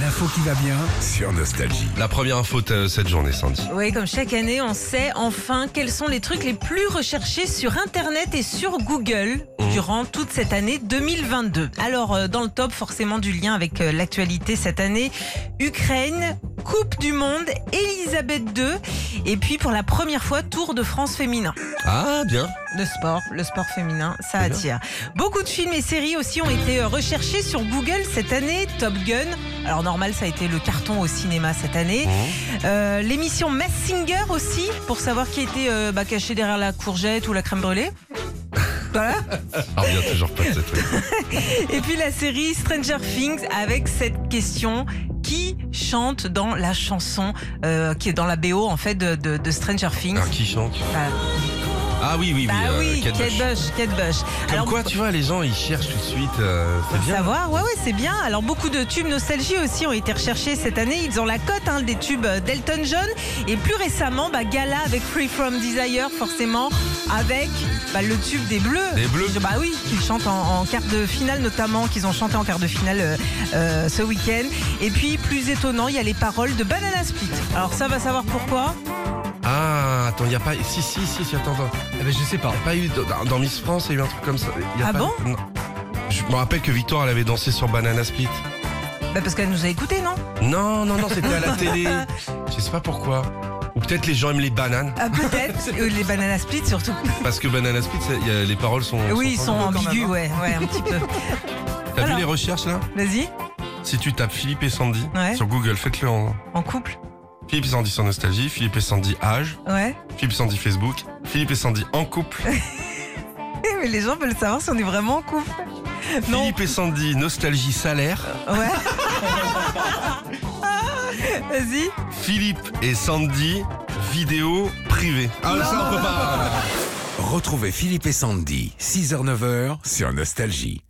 l'info qui va bien. sur Nostalgie. La première info de euh, cette journée, Sandy. Oui, comme chaque année, on sait enfin quels sont les trucs les plus recherchés sur Internet et sur Google durant toute cette année 2022. Alors, euh, dans le top, forcément, du lien avec euh, l'actualité cette année, Ukraine, Coupe du Monde, Elisabeth II, et puis pour la première fois, Tour de France féminin. Ah, bien. Le sport, le sport féminin, ça C'est bien. attire. Beaucoup de films et séries aussi ont été euh, recherchés sur Google cette année. Top Gun, alors normal, ça a été le carton au cinéma cette Mmh. année. Euh, L'émission Massinger aussi, pour savoir qui était euh, bah, caché derrière la courgette ou la crème brûlée. Voilà. Ah, bien, toujours pas de cette truc. Et puis la série Stranger Things avec cette question qui chante dans la chanson euh, qui est dans la BO en fait de, de- de Stranger Things. Alors, qui chante Bah, Ah oui, oui, oui. bah euh, oui, Kate Bush. Bush, Kate Bush. Comme Alors, quoi, tu vois, les gens, ils cherchent tout de suite. euh, c'est Pour bien. savoir, ouais, ouais, c'est bien. Alors, beaucoup de tubes nostalgie aussi ont été recherchés cette année. Ils ont la cote hein, des tubes euh, d'Elton John. Et plus récemment, bah, Gala avec Free From Desire, forcément, avec bah, le tube des Bleus. Des Bleus. Bah oui, qu'ils chantent en, en quart de finale, notamment, qu'ils ont chanté en quart de finale euh, euh, ce week-end. Et puis, plus étonnant, il y a les paroles de Banana Split. Alors, ça va savoir pourquoi. Ah, attends, il n'y a pas. Si, si, si, si, attends, attends. Eh ben, je sais pas. Y a pas eu. Dans, dans Miss France, il y a eu un truc comme ça. Y a Ah pas- bon Non. Je me rappelle que Victoire, elle avait dansé sur Banana Split. Bah, parce qu'elle nous a écoutés, non Non, non, non, c'était à la télé. Je sais pas pourquoi. Ou peut-être les gens aiment les bananes. Ah, Peut-être. Euh, les Banana Split, surtout. Parce que Banana Split, ça- y a- les paroles sont. Oui, ils sont fortes. ambigus, ouais, ouais, un petit peu. T'as vu Alors. les recherches là Vas-y, Si tu tapes Philippe et Sandy Ouais. sur Google, faites-le en. en couple. Philippe et Sandy sans nostalgie, Philippe et Sandy âge, Ouais. Philippe et Sandy Facebook, Philippe et Sandy en couple, Eh, Mais les gens veulent savoir si on est vraiment en couple. Non. Philippe et Sandy nostalgie salaire, Ouais. Ah, Vas-y. Philippe et Sandy vidéo privée. Ah ça on peut pas. Retrouvez Philippe et Sandy, 6h-9h sur Nostalgie.